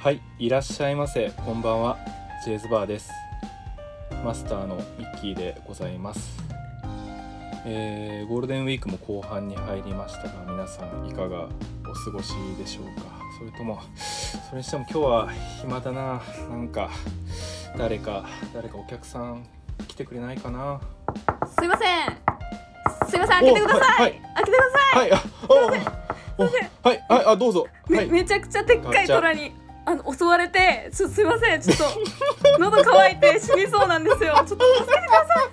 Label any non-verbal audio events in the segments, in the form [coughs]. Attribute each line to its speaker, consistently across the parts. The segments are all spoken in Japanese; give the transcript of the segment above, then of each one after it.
Speaker 1: はい、いらっしゃいませ。こんばんは。ジェイズバーです。マスターのミッキーでございます。えーゴールデンウィークも後半に入りましたが、皆さんいかがお過ごしでしょうか。それとも、それにしても今日は暇だな。なんか、誰か、誰かお客さん来てくれないかな。
Speaker 2: すいません。すいません、開けてください。
Speaker 1: お
Speaker 2: 開けてくださ
Speaker 1: はい、あ、お、お、
Speaker 2: すいません
Speaker 1: はい、はい、あ、どうぞ。
Speaker 2: い。め、
Speaker 1: はい、
Speaker 2: めちゃくちゃでっか
Speaker 1: ガ
Speaker 2: い
Speaker 1: チャ
Speaker 2: 虎に。あの襲われて、ちょすいません、ちょっと喉乾いて死にそうなんです [laughs] よ。ちょっと助けてくださ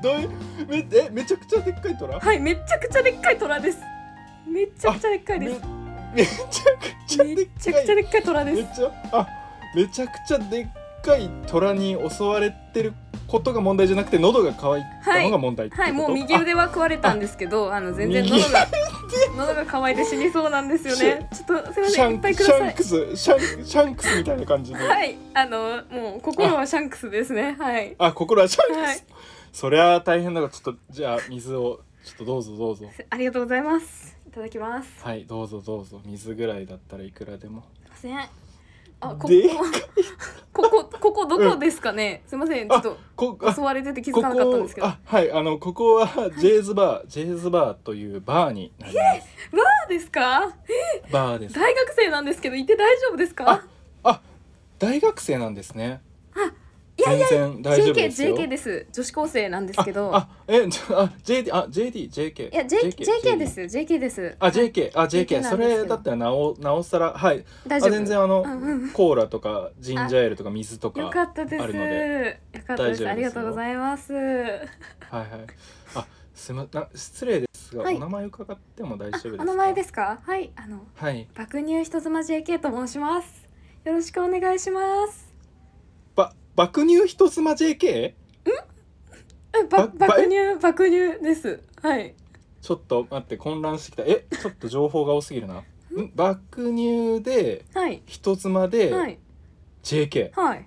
Speaker 1: どういう、め、え、めちゃくちゃでっかいトラ
Speaker 2: い。。はい、めちゃくちゃでっかい虎です。めちゃくちゃでっかい
Speaker 1: め
Speaker 2: で
Speaker 1: め
Speaker 2: す
Speaker 1: ち。ゃくちゃで
Speaker 2: め
Speaker 1: っ
Speaker 2: ちゃ
Speaker 1: か
Speaker 2: く
Speaker 1: い
Speaker 2: ちゃでっかい虎で
Speaker 1: め
Speaker 2: す
Speaker 1: っ。ちゃあめちゃくちゃでっかい虎に襲われてることが問題じゃなくて喉が渇いたのが問題ってこと、
Speaker 2: はい、もう右腕は食われたんですけど、あの全然喉が喉が渇いて死にそうなんですよね。ちょっとす
Speaker 1: あ
Speaker 2: いま
Speaker 1: シ
Speaker 2: せん、
Speaker 1: ャ
Speaker 2: いっ
Speaker 1: ン
Speaker 2: ぱ
Speaker 1: ク
Speaker 2: いく
Speaker 1: シ
Speaker 2: だ
Speaker 1: ャ
Speaker 2: さ
Speaker 1: ン
Speaker 2: い
Speaker 1: ク。スシャンシャンクスみたいな感じで、
Speaker 2: はい、あのもう心はシャンクスですね。はい。
Speaker 1: あ心はシャンクス、
Speaker 2: はい
Speaker 1: そりゃあ大変だからちょっとじゃあ水をちょっとどうぞどうぞ
Speaker 2: ありがとうございます。いただきます。す
Speaker 1: はいどうぞどうぞ水ぐらいだったらいくらでも
Speaker 2: いません。あ、ここ
Speaker 1: で、
Speaker 2: [laughs] ここ、ここどこですかね。すいません、ちょっと
Speaker 1: こあ
Speaker 2: 襲われてて気づ
Speaker 1: こ
Speaker 2: かなかったん
Speaker 1: こ
Speaker 2: ですけど。
Speaker 1: あはいあのここはジェイズバー、ジェイズバーというバーになります
Speaker 2: そうですか。
Speaker 1: バーです
Speaker 2: 大学生なんですけど、いて大丈夫です
Speaker 1: あ
Speaker 2: か。
Speaker 1: あ大学生なんですね
Speaker 2: いやいや、
Speaker 1: 全然大丈夫
Speaker 2: J.
Speaker 1: で
Speaker 2: K.
Speaker 1: す
Speaker 2: J.
Speaker 1: よ
Speaker 2: K. です。女子高生なんですけど。
Speaker 1: あ、え、じゃあ、JD、あ、JD、JK。
Speaker 2: いや、J. J. K. で。す。J. K. です。
Speaker 1: あ、JK、あ、
Speaker 2: JK
Speaker 1: JK、
Speaker 2: なん
Speaker 1: そ
Speaker 2: ですよ
Speaker 1: れだったらなお、なおさら、はい。あ、
Speaker 2: 大丈夫。
Speaker 1: 全然あの
Speaker 2: うんうんうん、
Speaker 1: コーラとか、ジンジャーエールとか、水とか。
Speaker 2: よ
Speaker 1: はい
Speaker 2: かったで
Speaker 1: あ
Speaker 2: す。
Speaker 1: るので
Speaker 2: よかったです
Speaker 1: 大丈夫ですよ
Speaker 2: ありがとうございます。
Speaker 1: はい。あ、すいま、な、失礼ですが、
Speaker 2: はい
Speaker 1: お名前伺っても大丈夫ですか。
Speaker 2: お名前ですすか。はい、あの
Speaker 1: はい。
Speaker 2: 爆乳人妻 J. K. と申します。よろしくお願いします。
Speaker 1: ば、爆乳人妻 JK?
Speaker 2: え
Speaker 1: ば
Speaker 2: ば
Speaker 1: ば
Speaker 2: 爆乳爆乳ですはい
Speaker 1: ちょっと待って、混乱してきた。え、ちょっと情報が多すぎるな。ん爆乳で、
Speaker 2: はい
Speaker 1: 人妻
Speaker 2: は
Speaker 1: で、
Speaker 2: い
Speaker 1: JK。
Speaker 2: はい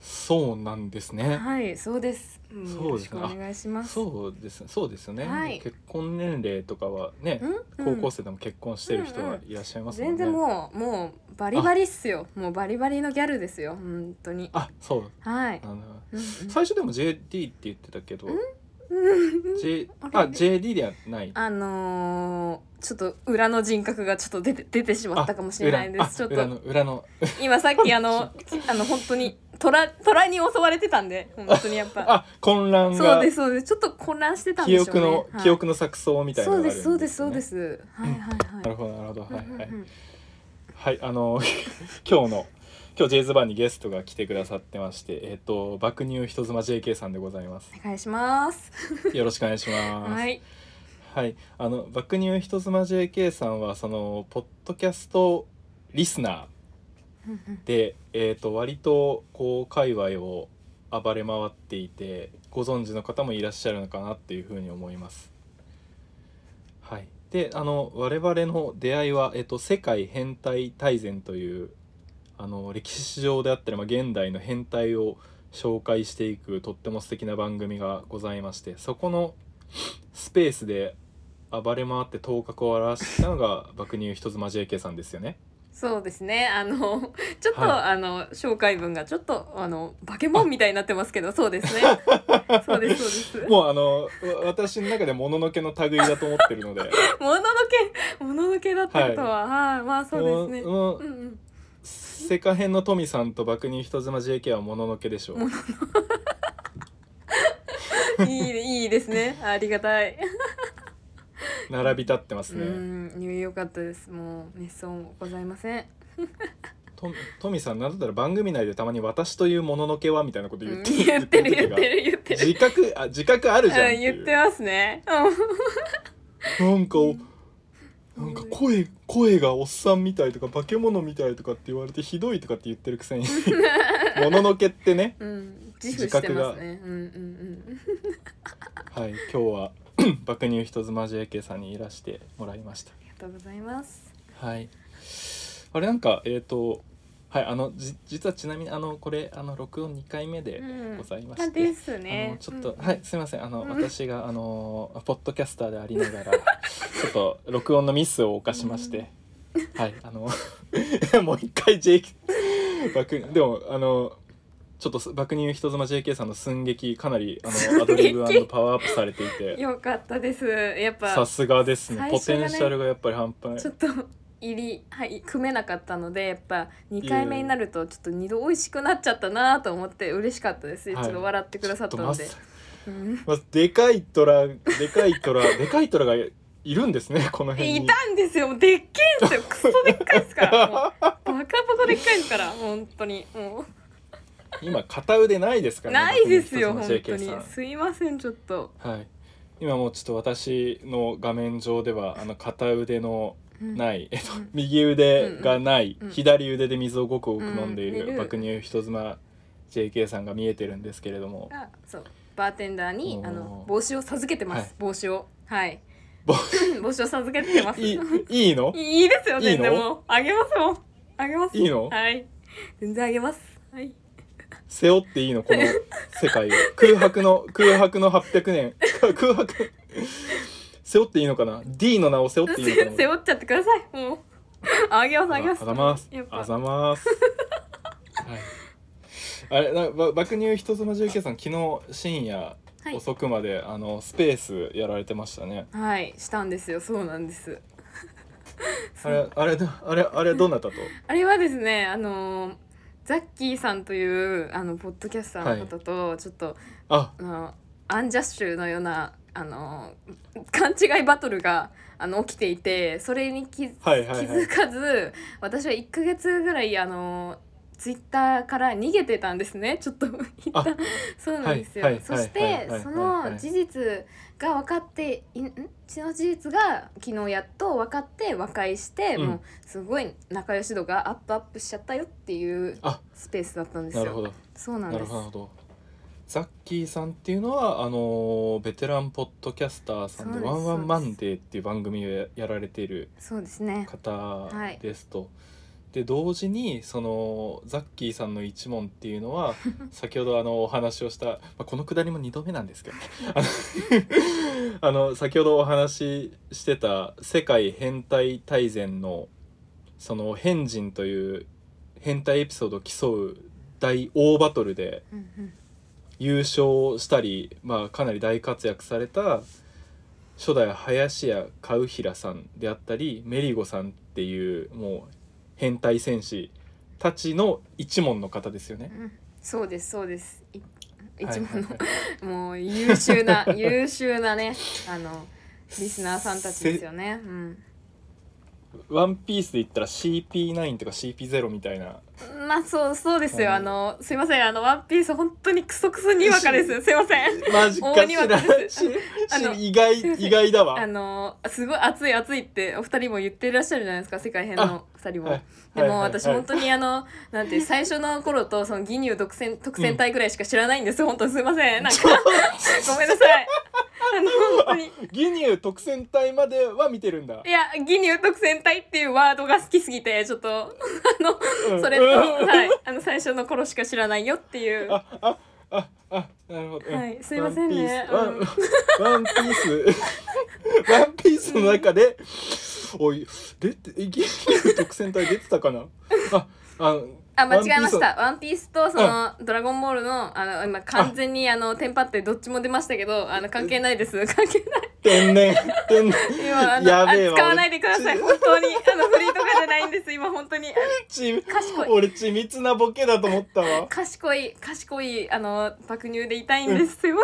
Speaker 1: そうなんですね。
Speaker 2: はいそうです、うん
Speaker 1: そうですね
Speaker 2: よろしくお願いします
Speaker 1: そうですそうですよね、
Speaker 2: はい
Speaker 1: 結婚年齢とかはね
Speaker 2: ん
Speaker 1: 高校
Speaker 2: 生
Speaker 1: 生でも結婚してる人はいらっしゃいますもんね、
Speaker 2: 全然もうもうバリバリっすよもうバリバリのギャルですよ本当に
Speaker 1: あそう
Speaker 2: はい
Speaker 1: あの
Speaker 2: うん
Speaker 1: 最初でも JD って言ってたけど、
Speaker 2: うんうん
Speaker 1: J あ
Speaker 2: あれ
Speaker 1: JD ではない
Speaker 2: [laughs] あのー、ちょっと裏の人格がちょっと出て出てしまったかもしれないで
Speaker 1: あ
Speaker 2: すちょっ
Speaker 1: 裏
Speaker 2: と
Speaker 1: の裏の
Speaker 2: 今さっきあ
Speaker 1: [laughs]
Speaker 2: のあの本当に虎虎に襲われてたんで本当にやっぱ
Speaker 1: あ混乱
Speaker 2: そう
Speaker 1: が
Speaker 2: ですそうですちょっと混乱してたんで
Speaker 1: 記
Speaker 2: しょう
Speaker 1: 憶
Speaker 2: ね
Speaker 1: の、
Speaker 2: はい
Speaker 1: 記憶の錯綜みたいな
Speaker 2: そ
Speaker 1: の
Speaker 2: う
Speaker 1: があ
Speaker 2: で
Speaker 1: るん
Speaker 2: すそうですそうで
Speaker 1: よね
Speaker 2: すはいは
Speaker 1: な
Speaker 2: い
Speaker 1: る
Speaker 2: は
Speaker 1: ほどなるほどはい
Speaker 2: いうん
Speaker 1: はい
Speaker 2: うんうん
Speaker 1: はいあの [laughs] 今日の今日ジェイズバーにゲストが来てくださってましてえっ、と爆乳人妻 JK さんでございます
Speaker 2: お願いします
Speaker 1: よろしくお願いします
Speaker 2: はい
Speaker 1: はい、あの爆乳人妻 JK さんはそのポッドキャストリスナ
Speaker 2: うんうん
Speaker 1: ーで、えー、と割とこう界隈を暴れ回っていてご存知の方もいらっしゃるのかなっていうふうに思います。はい、であの我々の出会いは、えーと「世界変態大全」というあの歴史上であったり、まあ、現代の変態を紹介していくとっても素敵な番組がございましてそこのスペースで暴れ回って頭角を現したのが爆乳人妻 JK さんですよね。
Speaker 2: そうですねあの [laughs] ちょっと、
Speaker 1: は
Speaker 2: あの紹介文がちょっとあのバケモンみたいになってますけどそうです
Speaker 1: [laughs]
Speaker 2: ねそうですそうですも
Speaker 1: もうあのわ私の中でもののけの類だと思ってるので
Speaker 2: ののけもののけだったことははい、まあ [laughs] そうですね
Speaker 1: もう
Speaker 2: う
Speaker 1: もうん世界編のトミさんと爆乳人妻 JK はもののけでしょう。
Speaker 2: うん、いいいいですねありがたい、
Speaker 1: 並び立ってます
Speaker 2: う
Speaker 1: ね。
Speaker 2: ん良かったですもう熱想ございません
Speaker 1: とトミさんなんだったら番組内でたまに私というもののけはみたいなこと言
Speaker 2: うん
Speaker 1: って
Speaker 2: 言ってる言って
Speaker 1: る
Speaker 2: る言ってる
Speaker 1: 時が自覚あ自覚あるじゃん
Speaker 2: う
Speaker 1: っ
Speaker 2: ん、
Speaker 1: ていう
Speaker 2: 言ってますね。う
Speaker 1: なんかお
Speaker 2: ん
Speaker 1: なんか声声がおっさんみたいとか化け物みたいとかって言われてひどいとかって言ってるく
Speaker 2: [laughs]
Speaker 1: せにもののけってね
Speaker 2: ん、うん、自負してますね。うんうん
Speaker 1: はい今日は [coughs] 爆乳人妻 JK さんにいらしてもらいました
Speaker 2: ありがとうございます。
Speaker 1: はいあれなんかえっ、とはいあのじ実はちなみにあのこれあの録音2回目で
Speaker 2: うん
Speaker 1: ございま
Speaker 2: あ
Speaker 1: して、
Speaker 2: です
Speaker 1: あの
Speaker 2: ね。
Speaker 1: ちょっと、
Speaker 2: うん
Speaker 1: はい。すいませんあの、
Speaker 2: うん
Speaker 1: 私があ [laughs] のポッドキャスターでありながらちょっと録音のミスを犯しまして、はいあの [laughs] もう一回 JK 爆でもあのちょっとす爆乳人妻 JK さんの寸劇かなりあのアドリブ
Speaker 2: 寸劇
Speaker 1: パワーアップされていて
Speaker 2: [laughs] よかったですやっぱ
Speaker 1: さすがですね
Speaker 2: 最
Speaker 1: ポ
Speaker 2: 初が
Speaker 1: テ
Speaker 2: ね
Speaker 1: ンシャルがやっぱり半端
Speaker 2: ち
Speaker 1: な
Speaker 2: ょ
Speaker 1: い
Speaker 2: っと入り、はい、組めなかったのでやっぱ2回目になるとちょっと2度美味しくなっちゃったなと思って嬉しかったです、
Speaker 1: はい
Speaker 2: 一度笑ってくださった
Speaker 1: ちょ
Speaker 2: の
Speaker 1: っと
Speaker 2: で
Speaker 1: まさ
Speaker 2: うん
Speaker 1: まずでかいトラでかいトラ [laughs] でかいトラがいるんですねこの辺に
Speaker 2: いたんですよでっけえんですよクソでっかいで
Speaker 1: [laughs]
Speaker 2: すからもうバカバカでっかいですから本当にも
Speaker 1: 今片腕ないです
Speaker 2: う
Speaker 1: から
Speaker 2: ないですよ
Speaker 1: 爆
Speaker 2: 本
Speaker 1: 乳
Speaker 2: 当
Speaker 1: 人妻
Speaker 2: に
Speaker 1: JK さん
Speaker 2: すいませんちょっと、
Speaker 1: はい、今もうちょっと私の画面上ではあの片腕の
Speaker 2: うん
Speaker 1: ない、えっと
Speaker 2: うん、
Speaker 1: 右腕がない、
Speaker 2: うんうん
Speaker 1: 左腕で水をごくごく飲んでい
Speaker 2: うんい
Speaker 1: る
Speaker 2: る
Speaker 1: 爆乳人妻 JK さんが見えてるんですけれども
Speaker 2: がそうバーテンダーに
Speaker 1: おー
Speaker 2: あの帽子を授けてます、
Speaker 1: はい
Speaker 2: 帽子をはい
Speaker 1: [laughs] ぼ
Speaker 2: 帽子を授けてます
Speaker 1: いいいいの
Speaker 2: いいですよ、
Speaker 1: いいの
Speaker 2: 全然もう。あげますもん。あげます。
Speaker 1: いいの
Speaker 2: はい。全然あげます。はい。
Speaker 1: 背負っていいのこの世界を空白
Speaker 2: [laughs]
Speaker 1: の空白の800年 [laughs] 空白背負っていいのかな D の名を背負っていいのかな
Speaker 2: [laughs] 背負っちゃってください、もう。あげます、あげます。
Speaker 1: あざます
Speaker 2: やっ。ぱ
Speaker 1: あざ
Speaker 2: [laughs]
Speaker 1: ます。はい。あれ、なば爆乳人妻十九さん、昨日深夜
Speaker 2: はい
Speaker 1: 遅くまで、あのスペースやられてましたね。
Speaker 2: はい、したんですよ、そうなんです。
Speaker 1: あれ、あれ、あれ、あれ、どうなったと。
Speaker 2: あれはですね、あのーザッキーさんというあのポッドキャスターの方と、ちょっと
Speaker 1: あ、
Speaker 2: あのアンジャッシュのようなあの勘違いバトルがあの起きていてそれに気,、
Speaker 1: はいはいはい
Speaker 2: 気づかず私は1ヶ月ぐらいあのツイッターから逃げてたんですねちょっと一旦そうなんですよ、
Speaker 1: はいはい
Speaker 2: そし
Speaker 1: はいはい
Speaker 2: て
Speaker 1: はいはい
Speaker 2: その事実が分かっていんんその事実が昨日やっと分かって和解して、
Speaker 1: うん
Speaker 2: もうすごい仲良し度がアップアップしちゃったよっていう
Speaker 1: あ
Speaker 2: スペースだったんです
Speaker 1: なるほ
Speaker 2: よ。
Speaker 1: ど。
Speaker 2: そうなん
Speaker 1: な
Speaker 2: で
Speaker 1: る
Speaker 2: す
Speaker 1: ほど。なるほどザッキーさんっていうのはあのベテランポッドキャスターさんで「
Speaker 2: そうです
Speaker 1: ワンワン
Speaker 2: そ
Speaker 1: マ
Speaker 2: うです
Speaker 1: ンデー」っていう番組をややられている
Speaker 2: そうですね。
Speaker 1: 方
Speaker 2: はい
Speaker 1: ですと。で同時にそのザッキーさんの一問っていうの
Speaker 2: [laughs]
Speaker 1: は先ほどあのお話をした、まあ、このくだりも2度目なんですけどねあの [laughs] あの先ほどお話ししてた「世界変態大全」のその変人という変態エピソードを競う大大バトルで
Speaker 2: うんうん
Speaker 1: 優勝したり、まあ、かなり大活躍された初代林家カ平さんであったりメリゴさんっていうもう変態戦士たちの一門の方ですよね。
Speaker 2: うんそうですそうです。い一
Speaker 1: はいは
Speaker 2: 問
Speaker 1: い
Speaker 2: の、
Speaker 1: はい
Speaker 2: もう優秀
Speaker 1: [laughs]
Speaker 2: な優秀なねあの [laughs] リスナーさんたちですよね。うん。
Speaker 1: ワンピースで言ったら CP9 とか CP0 みたい
Speaker 2: [laughs]
Speaker 1: な
Speaker 2: まあそうそうですよ。
Speaker 1: はい
Speaker 2: あのすいませんあのワンピース本当にクソクソにわかです。すいません。
Speaker 1: マジか
Speaker 2: 大
Speaker 1: し
Speaker 2: にわ
Speaker 1: ら
Speaker 2: かです
Speaker 1: し
Speaker 2: あの
Speaker 1: し意外
Speaker 2: すいません
Speaker 1: 意外だわ
Speaker 2: あのすごい熱い熱いってお二人も言ってらっしゃるじゃないですか世界編の二人も。
Speaker 1: はい
Speaker 2: で
Speaker 1: はい
Speaker 2: も
Speaker 1: はい
Speaker 2: 私
Speaker 1: はい
Speaker 2: 本当にあのなんて最初の頃とその義乳独占特選隊ぐらいしか知らないんです。本当すいま [laughs] せんなんか
Speaker 1: [laughs]
Speaker 2: ごめんなさい。あの本当に。
Speaker 1: ギニュー特選隊までは見てるんだ
Speaker 2: い、や、義乳特選隊っていうワードが好きすぎて、ちょっと、
Speaker 1: うん
Speaker 2: それ [laughs] と、はい、あの、最初の頃しか知らないよっていう。は
Speaker 1: ああああなるほど。うん
Speaker 2: い、すいませんね。
Speaker 1: ワンピースワンワンピース [laughs] ワンピースの中で、おい出てえゲーム特選隊出てたかな。ああの
Speaker 2: あ、間違えまし
Speaker 1: ワン
Speaker 2: た。ワンピースと、その、ドラゴンボールの、あの、今、完全に、あの、テンパってどっちも出ましたけど、あの、関係ないです。関係ない。
Speaker 1: ピース天然天然
Speaker 2: 今、あの、
Speaker 1: やべえわ
Speaker 2: あ使わないでください。本当に、あの、フリーとかじゃないんです。今、本当に。
Speaker 1: ち
Speaker 2: 賢い
Speaker 1: 俺緻密なボケだと思ったわ。
Speaker 2: 賢い、賢い、あの、爆乳でいたいんです。すいま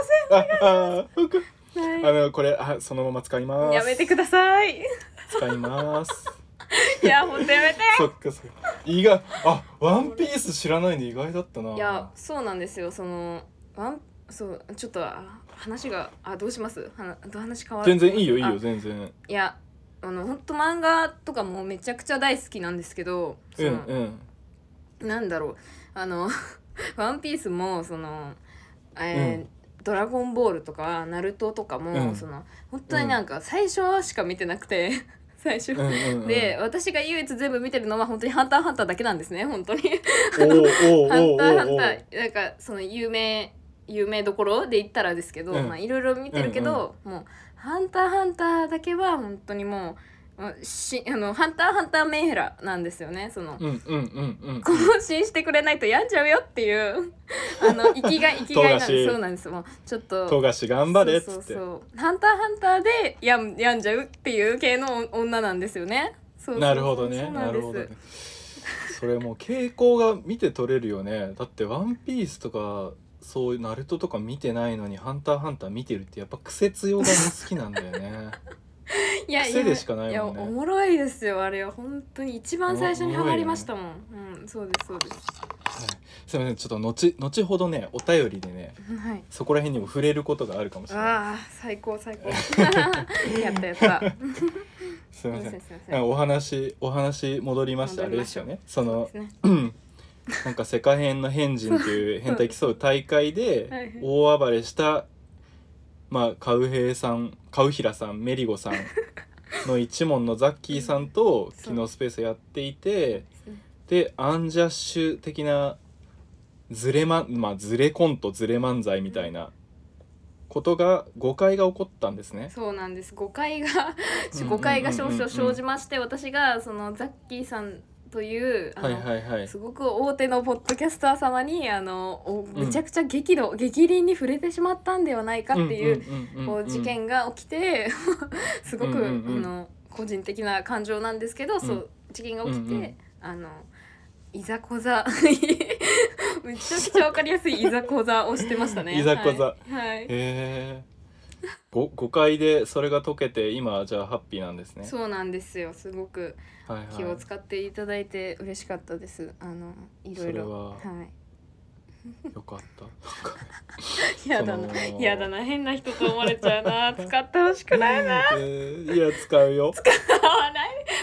Speaker 1: ああ僕
Speaker 2: せん。
Speaker 1: あ
Speaker 2: は
Speaker 1: のこれあそのまま使いま
Speaker 2: い。
Speaker 1: す。
Speaker 2: やめてくだ
Speaker 1: [laughs]
Speaker 2: さい。
Speaker 1: 使います。
Speaker 2: いや、本当やめて。
Speaker 1: そっかそっか。意外あワンピース知らないんで意外だったな。
Speaker 2: いやそうなんですよそのワンそうちょっとあ話があどうしますはな話変わる
Speaker 1: 全然いいよいい
Speaker 2: あ
Speaker 1: よ全然。
Speaker 2: いやあの本当漫画とかもめちゃくちゃ大好きなんですけどそ
Speaker 1: うん
Speaker 2: の、
Speaker 1: うん。
Speaker 2: なんだろうあの [laughs] 「ワンピースもその、えードラゴンボール」とか「ナルト」とかも、
Speaker 1: うん
Speaker 2: その本当になんか最初しか見てなくて [laughs] 最初、
Speaker 1: うんうんうん
Speaker 2: で私が唯一全部見てるのは本当に「ハンターハンター」だけなんですね本当に。
Speaker 1: おうおう
Speaker 2: ハ
Speaker 1: おうおうお
Speaker 2: ン
Speaker 1: う
Speaker 2: ターハンターなんかその有名有名どころで言ったらですけど、
Speaker 1: うん
Speaker 2: まあいろいろ見てるけど、もうハンターハンターだけは本当にもうあしあのハンターハンターメンヘラなんですよねその、
Speaker 1: うんうんうんうん
Speaker 2: 更新してくれないと病んじゃうよっていう [laughs] あの生きがい生き
Speaker 1: [laughs]
Speaker 2: がいなんで
Speaker 1: 富樫
Speaker 2: すそうなんですもうちょっと
Speaker 1: 富樫頑張れっつって
Speaker 2: そうそうそうハンターハンターで病ん病んじゃうっていう系の女なんですよねそうそうそう
Speaker 1: なるほどね
Speaker 2: そう
Speaker 1: なん
Speaker 2: で
Speaker 1: る
Speaker 2: す
Speaker 1: ほどねそれもう傾向が見て取れるよねだって「ワンピースとかそういう「ナルトとか見てないのに「ハンターハンター」見てるってやっぱ癖強がね好きなんだよ
Speaker 2: [laughs]
Speaker 1: ね
Speaker 2: いや
Speaker 1: 癖でしかないもんね
Speaker 2: やおもろいですよあれは本当に一番最初にハマりましたもん、うんそうですそうです
Speaker 1: すいませんちょっと後後ほどねお便りでね
Speaker 2: はい
Speaker 1: そこら辺にも触れることがあるかもしれない
Speaker 2: ああ最高最
Speaker 1: [laughs]
Speaker 2: 高やったや [laughs] った
Speaker 1: すいません
Speaker 2: すいません
Speaker 1: なんかお話お話戻りましたあ
Speaker 2: 戻
Speaker 1: れ
Speaker 2: り
Speaker 1: で
Speaker 2: ますしょ
Speaker 1: よ
Speaker 2: う
Speaker 1: ねその
Speaker 2: そうですね
Speaker 1: なんか世界編の変人っていう変態競う大会
Speaker 2: [laughs] はいは
Speaker 1: で
Speaker 2: い
Speaker 1: 大暴れした、まあ、カウヘイさんカウヒラさんメリゴさんの一門のザッキーさんと
Speaker 2: そ
Speaker 1: 機
Speaker 2: う
Speaker 1: 能スペースやっていて
Speaker 2: ですね
Speaker 1: でアンジャッシュ的なズレ,、ままあ、ズレコントズレ漫才みたいなことが誤解が起こったんですね。
Speaker 2: そうなんです誤解が
Speaker 1: うんうん
Speaker 2: 誤解が少々生じまして私がそのザッキーさんというあの、
Speaker 1: はいはいはい、
Speaker 2: すごく大手のポッドキャスター様にあのおめちゃくちゃ激怒、激凛に触れてしまったんではないかっていう,、
Speaker 1: うんうんうんうん
Speaker 2: こう事件が起きてすごく、
Speaker 1: うんうんうん
Speaker 2: あの個人的な感情なんですけど、そうう事件が起きて、
Speaker 1: うんうん
Speaker 2: あのいざこざ [laughs] めちゃくちゃわかりやすいいざこざをしてましたね。
Speaker 1: いざこざ
Speaker 2: はい、はい
Speaker 1: へえご誤解でそれが解けて今じゃあハッピーなんですね
Speaker 2: そうなんですよすごく
Speaker 1: はいはい
Speaker 2: 気を使っていただいて嬉しかったですあのいろいろ
Speaker 1: それ
Speaker 2: はい
Speaker 1: よかったなんか
Speaker 2: やだな
Speaker 1: その
Speaker 2: やだな変な人と思われちゃうな使ってほしくな
Speaker 1: [laughs]
Speaker 2: いな
Speaker 1: えーいや使う
Speaker 2: [laughs]
Speaker 1: よ
Speaker 2: 笑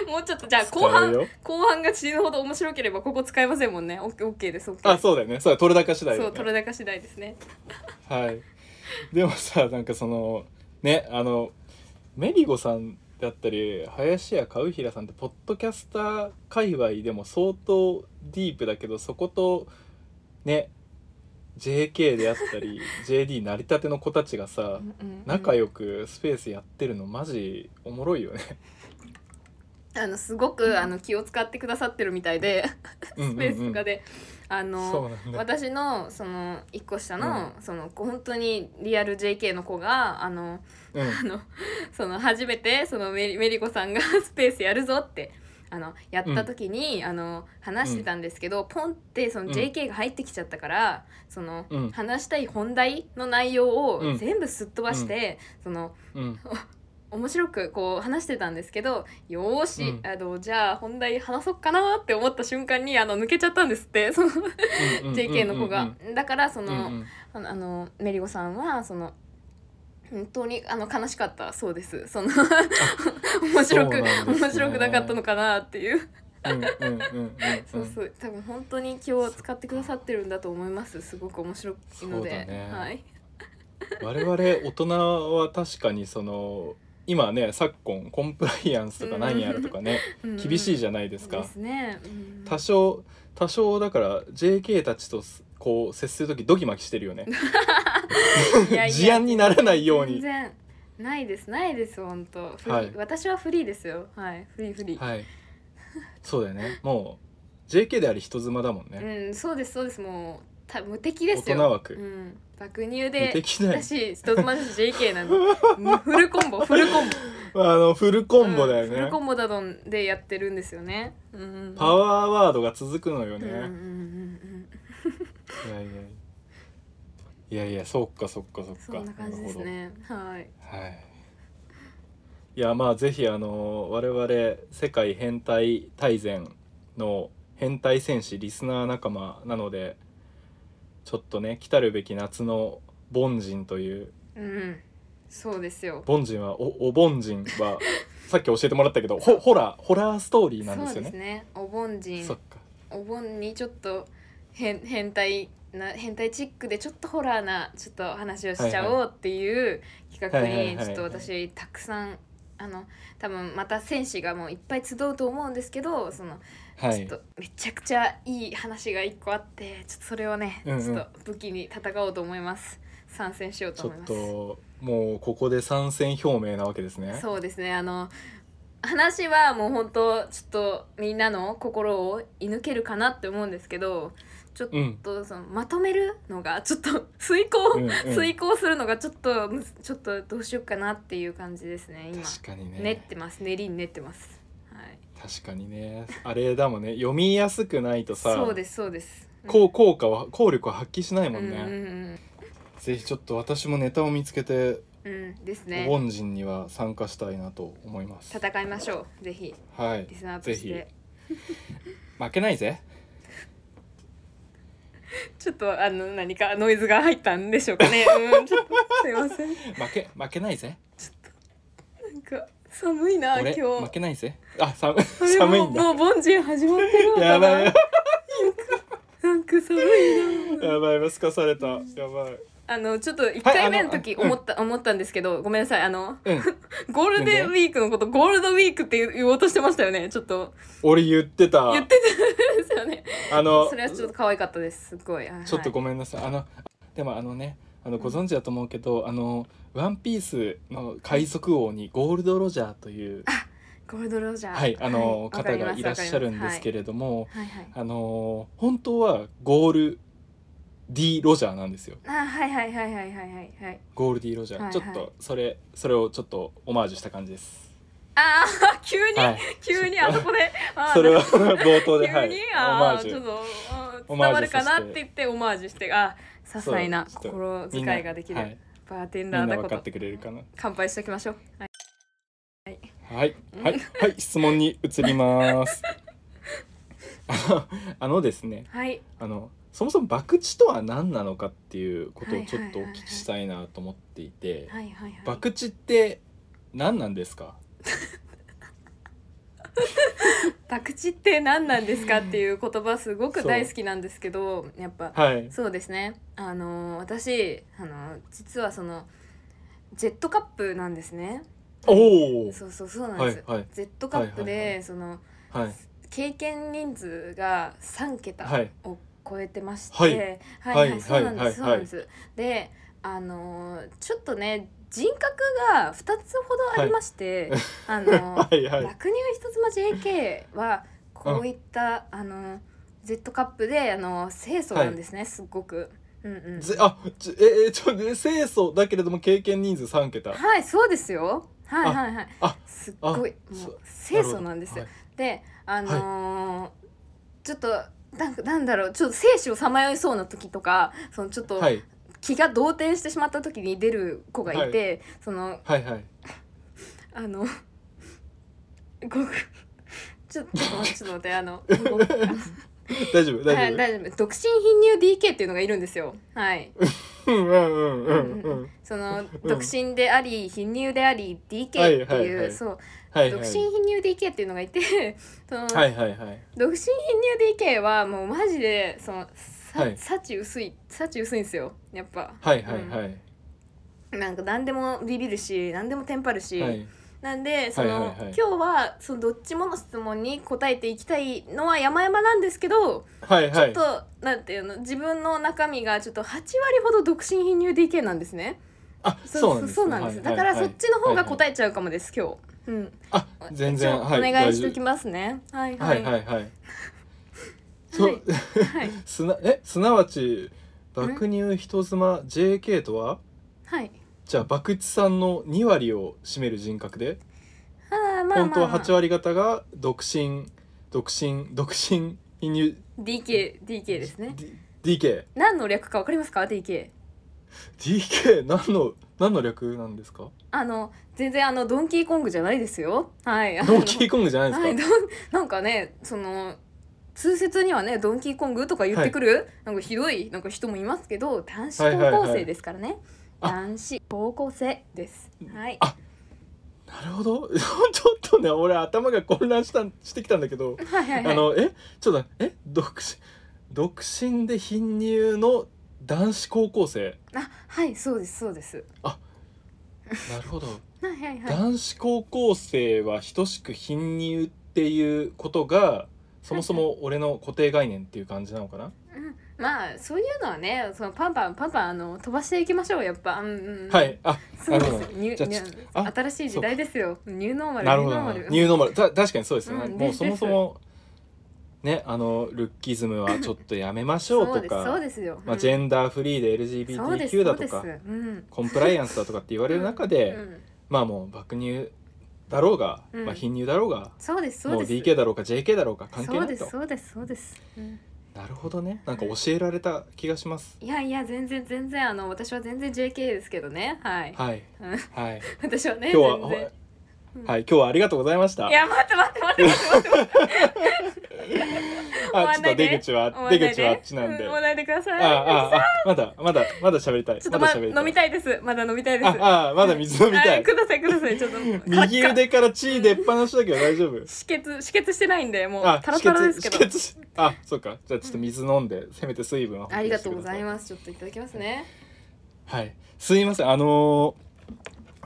Speaker 2: いもうちょっとじゃあ
Speaker 1: 使
Speaker 2: 後
Speaker 1: う
Speaker 2: 半
Speaker 1: よ
Speaker 2: 後半が死ぬほど面白ければここ使えませんもんねオッケーオッケーですオッケー
Speaker 1: あそうだよねそう取れ高次第だ
Speaker 2: そ
Speaker 1: よ
Speaker 2: う
Speaker 1: ね
Speaker 2: 取れ高次第ですね
Speaker 1: はいでもさなんかそのねあのメリゴさんだったり林家和平さんってポッドキャスター界隈でも相当ディープだけどそことね JK であった
Speaker 2: [laughs]
Speaker 1: り JD 成り立ての子たちがさ
Speaker 2: うんうんうん
Speaker 1: 仲良くスペースやってるのマジおもろいよね。
Speaker 2: あのすごくあの気を使ってくださってるみたいで
Speaker 1: うんうん
Speaker 2: スペースとか
Speaker 1: で。
Speaker 2: であの
Speaker 1: そうなんだ。
Speaker 2: 私のその一個下の、その本当にリアル JK の子があの
Speaker 1: うん
Speaker 2: あのその初めてそのメリメリコさんが [laughs] スペースやるぞってあのやった時に、あの話してたんですけど、ポンってその
Speaker 1: うん
Speaker 2: JK が入ってきちゃったから、その
Speaker 1: うん
Speaker 2: 話したい本題の内容
Speaker 1: う
Speaker 2: を
Speaker 1: ん
Speaker 2: 全部すっ飛ばして、その
Speaker 1: うん
Speaker 2: 面白くこう話してたんですけどよーし、
Speaker 1: うん
Speaker 2: あのじゃあ本題話そっかなって思った瞬間にあの抜けちゃったんですってその JK の子が。だからそ
Speaker 1: うん
Speaker 2: の、
Speaker 1: うんうん
Speaker 2: あのあのメリゴさんはその本当にあの悲しかったそうですその [laughs] 面白く、
Speaker 1: そうなんですね
Speaker 2: 面白くなかったのかなっていう
Speaker 1: うんうんうんうんうん
Speaker 2: そうそう多分本当に気を使ってくださってるんだと思いますすごく面白いので
Speaker 1: そうだね
Speaker 2: はい
Speaker 1: 我々大人は確かにその今ね昨今コンプライアンスとか何やらとかね厳しいじ
Speaker 2: ゃ
Speaker 1: ゃないですか。
Speaker 2: ですね、うん
Speaker 1: 多少多少だから JK たちとすこう接する時ドキマキしてるよね。
Speaker 2: いやいや
Speaker 1: 事案にならないよう
Speaker 2: 全
Speaker 1: に。
Speaker 2: 然ないですないです本当フリー、
Speaker 1: はい
Speaker 2: 私はフリーですよはいフリーフリー、
Speaker 1: はい。そうだよね。もう JK であり人妻だもんね。
Speaker 2: うんそうですそうですもうた無敵ですよ
Speaker 1: 大人枠
Speaker 2: うん、爆乳
Speaker 1: 無
Speaker 2: で
Speaker 1: 敵だよ
Speaker 2: 私人妻だし JK なのフルコンボフルコンボ
Speaker 1: あのフルコンボだよ
Speaker 2: うんフ
Speaker 1: ね
Speaker 2: ル、コンボだどんでやってるんですよね、うんうんうん、
Speaker 1: パワーワードが続くのよ
Speaker 2: うんうんうん
Speaker 1: ね、
Speaker 2: うん
Speaker 1: いやいやいやいやそっかそっかそっか
Speaker 2: そんな感じですねはい
Speaker 1: なるほどはいいやまあぜひあの我々世界変態大全の変態戦士リスナー仲間なのでちょっとね来たるべき夏の凡人という
Speaker 2: うんそうですよ
Speaker 1: 凡人はおお凡人
Speaker 2: [laughs]
Speaker 1: はさっき教えてもらったけどほホラーホラーストーリーなんで
Speaker 2: そう
Speaker 1: すよ
Speaker 2: です
Speaker 1: ね
Speaker 2: ねお盆人
Speaker 1: そっか
Speaker 2: お盆にちょっと変変態な変態チックでちょっとホラーなちょっと話をしちゃおうっていう企
Speaker 1: はいはい
Speaker 2: 画に
Speaker 1: はい
Speaker 2: ちょっと私たくさんあの多分また戦士がもういっぱい集うと思うんですけどその
Speaker 1: はい
Speaker 2: ちょっとめちゃくちゃいい話が一個あってちょっとそれをね、
Speaker 1: うんうん
Speaker 2: ちょっと武器に戦おうと思います参戦しようと
Speaker 1: ちょっ
Speaker 2: 思います
Speaker 1: ともうここで参戦表明なわけですね。
Speaker 2: そうですねあの話はもう本当ちょっとみんなの心を射抜けるかなって思うんですけどちょっ
Speaker 1: うん
Speaker 2: とそのまとめるのがちょっと [laughs] 遂行、
Speaker 1: うんうん
Speaker 2: 遂行するのがちょっとむずちょっとどうしようかなっていう感じですね今
Speaker 1: 確かにね
Speaker 2: 練ってます練りに練ってますはい
Speaker 1: 確かにねあれだもんね読みやすくないとさ
Speaker 2: そうですそうです
Speaker 1: こう効果は効力は発揮しない
Speaker 2: うん
Speaker 1: もんね、
Speaker 2: うん
Speaker 1: ぜひちょっと私もネタを見つけて、
Speaker 2: うんうんです
Speaker 1: お
Speaker 2: ね
Speaker 1: 盆人には参加したいなと思います
Speaker 2: 戦いましょうぜひ
Speaker 1: はい
Speaker 2: リスナーと
Speaker 1: ぜ
Speaker 2: し
Speaker 1: ひ
Speaker 2: て
Speaker 1: 負けないぜ
Speaker 2: ちょっとあの何かノイズが入ったんでしょうかねうんちょっとすいません
Speaker 1: 負け負けないぜ
Speaker 2: なんか寒いな今
Speaker 1: 俺
Speaker 2: 日
Speaker 1: 負けないぜあ寒
Speaker 2: あれ
Speaker 1: [laughs] 寒いんだ
Speaker 2: もうもう凡人始まってるの
Speaker 1: や
Speaker 2: かな
Speaker 1: ばいや [laughs]
Speaker 2: なんか寒いな
Speaker 1: ばいやばいすかされたやばい
Speaker 2: あのちょっと1回目の時
Speaker 1: あの
Speaker 2: 思った、思ったんですけどごめんなさいあの
Speaker 1: うん
Speaker 2: ゴールデンウィークのことゴールドウィークって言おうとしてましたよねちょっと
Speaker 1: 俺言ってた
Speaker 2: 言ってたんですよね
Speaker 1: あの
Speaker 2: それはちょっと可愛かったですすごいはい
Speaker 1: ちょっとごめんなさいあのでもあのねあのご存知だと思うけど、あのワンピースの海賊王にゴールドロジャーという
Speaker 2: ゴールドロジャー
Speaker 1: はいあの、
Speaker 2: わか
Speaker 1: 方
Speaker 2: りま
Speaker 1: が
Speaker 2: す
Speaker 1: いらっしゃるんですけ
Speaker 2: わか
Speaker 1: れども、
Speaker 2: りますはいはい
Speaker 1: あの本当はゴール D ロジャーなんですよ
Speaker 2: あはいはいはいはいはいはいはい
Speaker 1: ゴール D ロジャー、
Speaker 2: はい
Speaker 1: ちょっとそれそれをちょっとオマージュした感じです、
Speaker 2: [laughs] ああ [laughs] 急に、
Speaker 1: はい、
Speaker 2: 急にあそこであ
Speaker 1: [laughs]
Speaker 2: ー
Speaker 1: それは冒頭で、はい、
Speaker 2: 急に、
Speaker 1: オ
Speaker 2: あ
Speaker 1: マ
Speaker 2: あ
Speaker 1: ージ
Speaker 2: ちょっ
Speaker 1: ュ
Speaker 2: とあー
Speaker 1: オ
Speaker 2: 伝
Speaker 1: マージュ
Speaker 2: わるかな
Speaker 1: さ
Speaker 2: っ
Speaker 1: せて
Speaker 2: て言ってオマージュしてあ些細な
Speaker 1: そうちょっと
Speaker 2: 心
Speaker 1: みん
Speaker 2: 遣
Speaker 1: ない
Speaker 2: ができる
Speaker 1: はい、
Speaker 2: バーテン
Speaker 1: みん
Speaker 2: ダ
Speaker 1: な
Speaker 2: ーだ
Speaker 1: 分
Speaker 2: こ
Speaker 1: か
Speaker 2: と
Speaker 1: ってくれるかな
Speaker 2: 乾杯しておきましょうはい
Speaker 1: はい、はい、はい、質問に移ります。 [laughs] あのあのですね、
Speaker 2: はい
Speaker 1: あの、そもそも博打とは何なのかっていうこと
Speaker 2: は
Speaker 1: を
Speaker 2: い
Speaker 1: ちょっとお聞きしたいなと思っていて。
Speaker 2: はいはいはい
Speaker 1: 博打って何なんですか。
Speaker 2: 博打って何なんですかっていう言葉すごく大好きなんですけどやっぱ
Speaker 1: はい。
Speaker 2: そうですねあのー私あのー実はそのジェットカップなんですね
Speaker 1: おお。
Speaker 2: そうそうそうなん
Speaker 1: は
Speaker 2: です
Speaker 1: い、はい、
Speaker 2: ジェットカップ
Speaker 1: はいはいは
Speaker 2: でその
Speaker 1: はい。
Speaker 2: 経験人数が3桁
Speaker 1: はい
Speaker 2: を超えてまして、
Speaker 1: はい
Speaker 2: はいはい
Speaker 1: はい
Speaker 2: そうなんです、
Speaker 1: はいはい
Speaker 2: そうなんです。で、あのーちょっとね人格が2つほどありまして、あのー
Speaker 1: [laughs] はい、はい。
Speaker 2: 落入一つ間 JK はこういった、あのー Z カップであのー清楚なんですね、すごく。うんうん。
Speaker 1: ぜあ、ちょえ、え、ちょ、え清楚だけれども、経験人数三桁。
Speaker 2: はい、そうですよ。はいはいはい
Speaker 1: あ。
Speaker 2: すっごい
Speaker 1: あ
Speaker 2: もう
Speaker 1: そ
Speaker 2: 清楚なんですよ。
Speaker 1: よ。
Speaker 2: であのーちょっとなんかなんだろうちょっと生死をさまよいそうな時とかそのちょっと
Speaker 1: はい、
Speaker 2: 気が動転してしまった時に出る子がいて、その
Speaker 1: はい、はい。
Speaker 2: あの [laughs] ごちょっとちょっと待ってちょっと待ってあの
Speaker 1: [laughs]
Speaker 2: ごはい
Speaker 1: 大丈夫、大
Speaker 2: 大
Speaker 1: 丈
Speaker 2: 丈夫独身貧乳 DK っていうのがいるんですよ。はい、
Speaker 1: 夫。うん、うん、うん、
Speaker 2: う
Speaker 1: うんん。
Speaker 2: その
Speaker 1: うん
Speaker 2: 独身であり貧乳であり DK っていう、
Speaker 1: はいはいはい
Speaker 2: そう
Speaker 1: はい、
Speaker 2: 独
Speaker 1: は
Speaker 2: 身
Speaker 1: い。
Speaker 2: 貧乳 DK っていうのがいてその、
Speaker 1: はい、はい、はい。
Speaker 2: 独身貧乳 DK はもうマジでそのさ、
Speaker 1: はい
Speaker 2: 幸薄い幸薄いんですよやっぱ
Speaker 1: はいはいはい、
Speaker 2: なんか何でもビビるし何でもテンパるし、
Speaker 1: はい
Speaker 2: なんでその、
Speaker 1: はいはいはい
Speaker 2: 今日はそのどっちもの質問に答えていきたいのは山々なんですけど、
Speaker 1: はいはい
Speaker 2: ちょっとなんていうの自分の中身がちょっと8割ほど独身貧乳 DK なんですね
Speaker 1: あ
Speaker 2: そ
Speaker 1: そう
Speaker 2: う
Speaker 1: なん
Speaker 2: そう
Speaker 1: です
Speaker 2: そうなんです、だからそっちの方が答えちゃうかもです、今日、うん、
Speaker 1: え、あ全然
Speaker 2: 一応
Speaker 1: はい
Speaker 2: お願いしておき
Speaker 1: ま
Speaker 2: ますねはいは
Speaker 1: はいい
Speaker 2: はい、
Speaker 1: はい
Speaker 2: [laughs]
Speaker 1: はいそう
Speaker 2: はい
Speaker 1: [laughs] すなえすなわち爆乳人妻 JK とは
Speaker 2: はい
Speaker 1: じゃあ博打さんの2割を占める人格で
Speaker 2: あーまあ
Speaker 1: 本当
Speaker 2: まあ、
Speaker 1: は
Speaker 2: まあ
Speaker 1: 8割方が独身独身独身移入
Speaker 2: DK DK ですね
Speaker 1: D- DK
Speaker 2: 何の略かわかりますか DK
Speaker 1: DK 何の何の略なんです
Speaker 2: [laughs]
Speaker 1: か
Speaker 2: あの全然あのドンキーコングじゃないですよはいあの
Speaker 1: ドンキーコングじゃないですか、
Speaker 2: はいドンなんかねその通説にはねドンキーコングとか言ってくる、なんかひどいなんか人もいますけど男子高校生ですからね、
Speaker 1: はいは
Speaker 2: 男子高校生ですはい
Speaker 1: あなるほど [laughs] ちょっとね俺頭が混乱したんしてきたんだけど
Speaker 2: はいはいはい
Speaker 1: あのえちょっと待ってえ独身独身で貧乳の男子高校生
Speaker 2: あはいそうですそうです
Speaker 1: なるほど、
Speaker 2: はいはいはい
Speaker 1: 男子高校生は等しく貧乳っていうことがそもそも俺の固定概念っていう感じなのかな
Speaker 2: うんまあそういうのはねそのパンパンパンパンあの飛ばしていきましょうやっぱ、うんうん、
Speaker 1: はいあ
Speaker 2: そうで
Speaker 1: なるほ
Speaker 2: す
Speaker 1: ど
Speaker 2: ニュ
Speaker 1: じゃあ
Speaker 2: ニ
Speaker 1: ちょ
Speaker 2: ュ
Speaker 1: あ
Speaker 2: 新しい時代ですよニューノーマル
Speaker 1: なるほどな
Speaker 2: ニューノーマル
Speaker 1: ニューノーマルた確かにそうですよね、
Speaker 2: うん
Speaker 1: もう
Speaker 2: です
Speaker 1: そもそもねあのルッキズムはちょっとやめましょう
Speaker 2: そう
Speaker 1: と
Speaker 2: ですそう
Speaker 1: か
Speaker 2: ですよ、
Speaker 1: まあ、
Speaker 2: うん
Speaker 1: ジェンダーフリーで
Speaker 2: そうです
Speaker 1: LGBTQ だと
Speaker 2: そ
Speaker 1: か
Speaker 2: うですうん
Speaker 1: コンプライアンスだとかって言われる中で、
Speaker 2: うん
Speaker 1: まあもう爆乳だろうが、
Speaker 2: うん
Speaker 1: まあ、貧乳だろうが
Speaker 2: そうですそ
Speaker 1: も
Speaker 2: う
Speaker 1: う
Speaker 2: です
Speaker 1: DK だろうか JK だろうか関係
Speaker 2: そ
Speaker 1: な
Speaker 2: う
Speaker 1: い
Speaker 2: で
Speaker 1: と
Speaker 2: すそうですそうです、うん
Speaker 1: なるほどねなんか教えられた気がします
Speaker 2: いやいや全然全然あの私は全然 JK ですけどねはい、
Speaker 1: はい
Speaker 2: うん [laughs]
Speaker 1: はい
Speaker 2: 私はね
Speaker 1: 今日は
Speaker 2: 全然うん
Speaker 1: はい今日はありがとうございました
Speaker 2: いや待って待って待って待って待って終
Speaker 1: [laughs] あ
Speaker 2: わ
Speaker 1: ち
Speaker 2: ん
Speaker 1: ょっ
Speaker 2: な
Speaker 1: と
Speaker 2: いで
Speaker 1: 出口
Speaker 2: 終
Speaker 1: は
Speaker 2: わんない
Speaker 1: 出
Speaker 2: で
Speaker 1: 口はあっちなんで
Speaker 2: う終わ
Speaker 1: あ
Speaker 2: ないでください
Speaker 1: ああまだまだまだ喋りたい
Speaker 2: ちょっと
Speaker 1: まだ
Speaker 2: まだ
Speaker 1: 喋りたい
Speaker 2: 飲みたいですまだ飲みたいです
Speaker 1: ああまだ水飲み [laughs] た
Speaker 2: あ
Speaker 1: い
Speaker 2: くださいくださいちょっと
Speaker 1: 右
Speaker 2: カッカ
Speaker 1: 腕から血出っぱなしだけど大丈夫
Speaker 2: 止血止血してないんでもう
Speaker 1: あ
Speaker 2: タラタラですけ
Speaker 1: 止
Speaker 2: ど
Speaker 1: 血止血あそうかじゃあちょっと水飲んでせめて水分は補給
Speaker 2: ありが
Speaker 1: し
Speaker 2: とう
Speaker 1: て
Speaker 2: ご
Speaker 1: くだ
Speaker 2: ざ
Speaker 1: さ
Speaker 2: いますちょっといただきますね
Speaker 1: はい、すいませんあのー